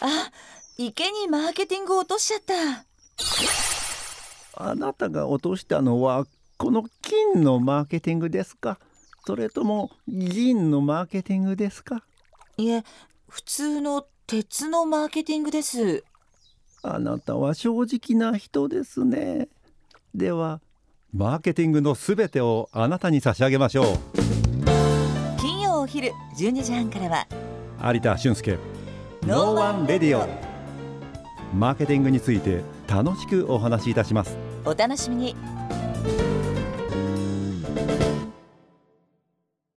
あ池にマーケティングを落としちゃったあなたが落としたのはこの金のマーケティングですかそれとも銀のマーケティングですかいえ普通の鉄のマーケティングですあなたは正直な人ですねではマーケティングのすべてをあなたに差し上げましょう金曜お昼12時半からは有田俊介 No One Radio マーケティングについて楽しくお話しいたしますお楽しみに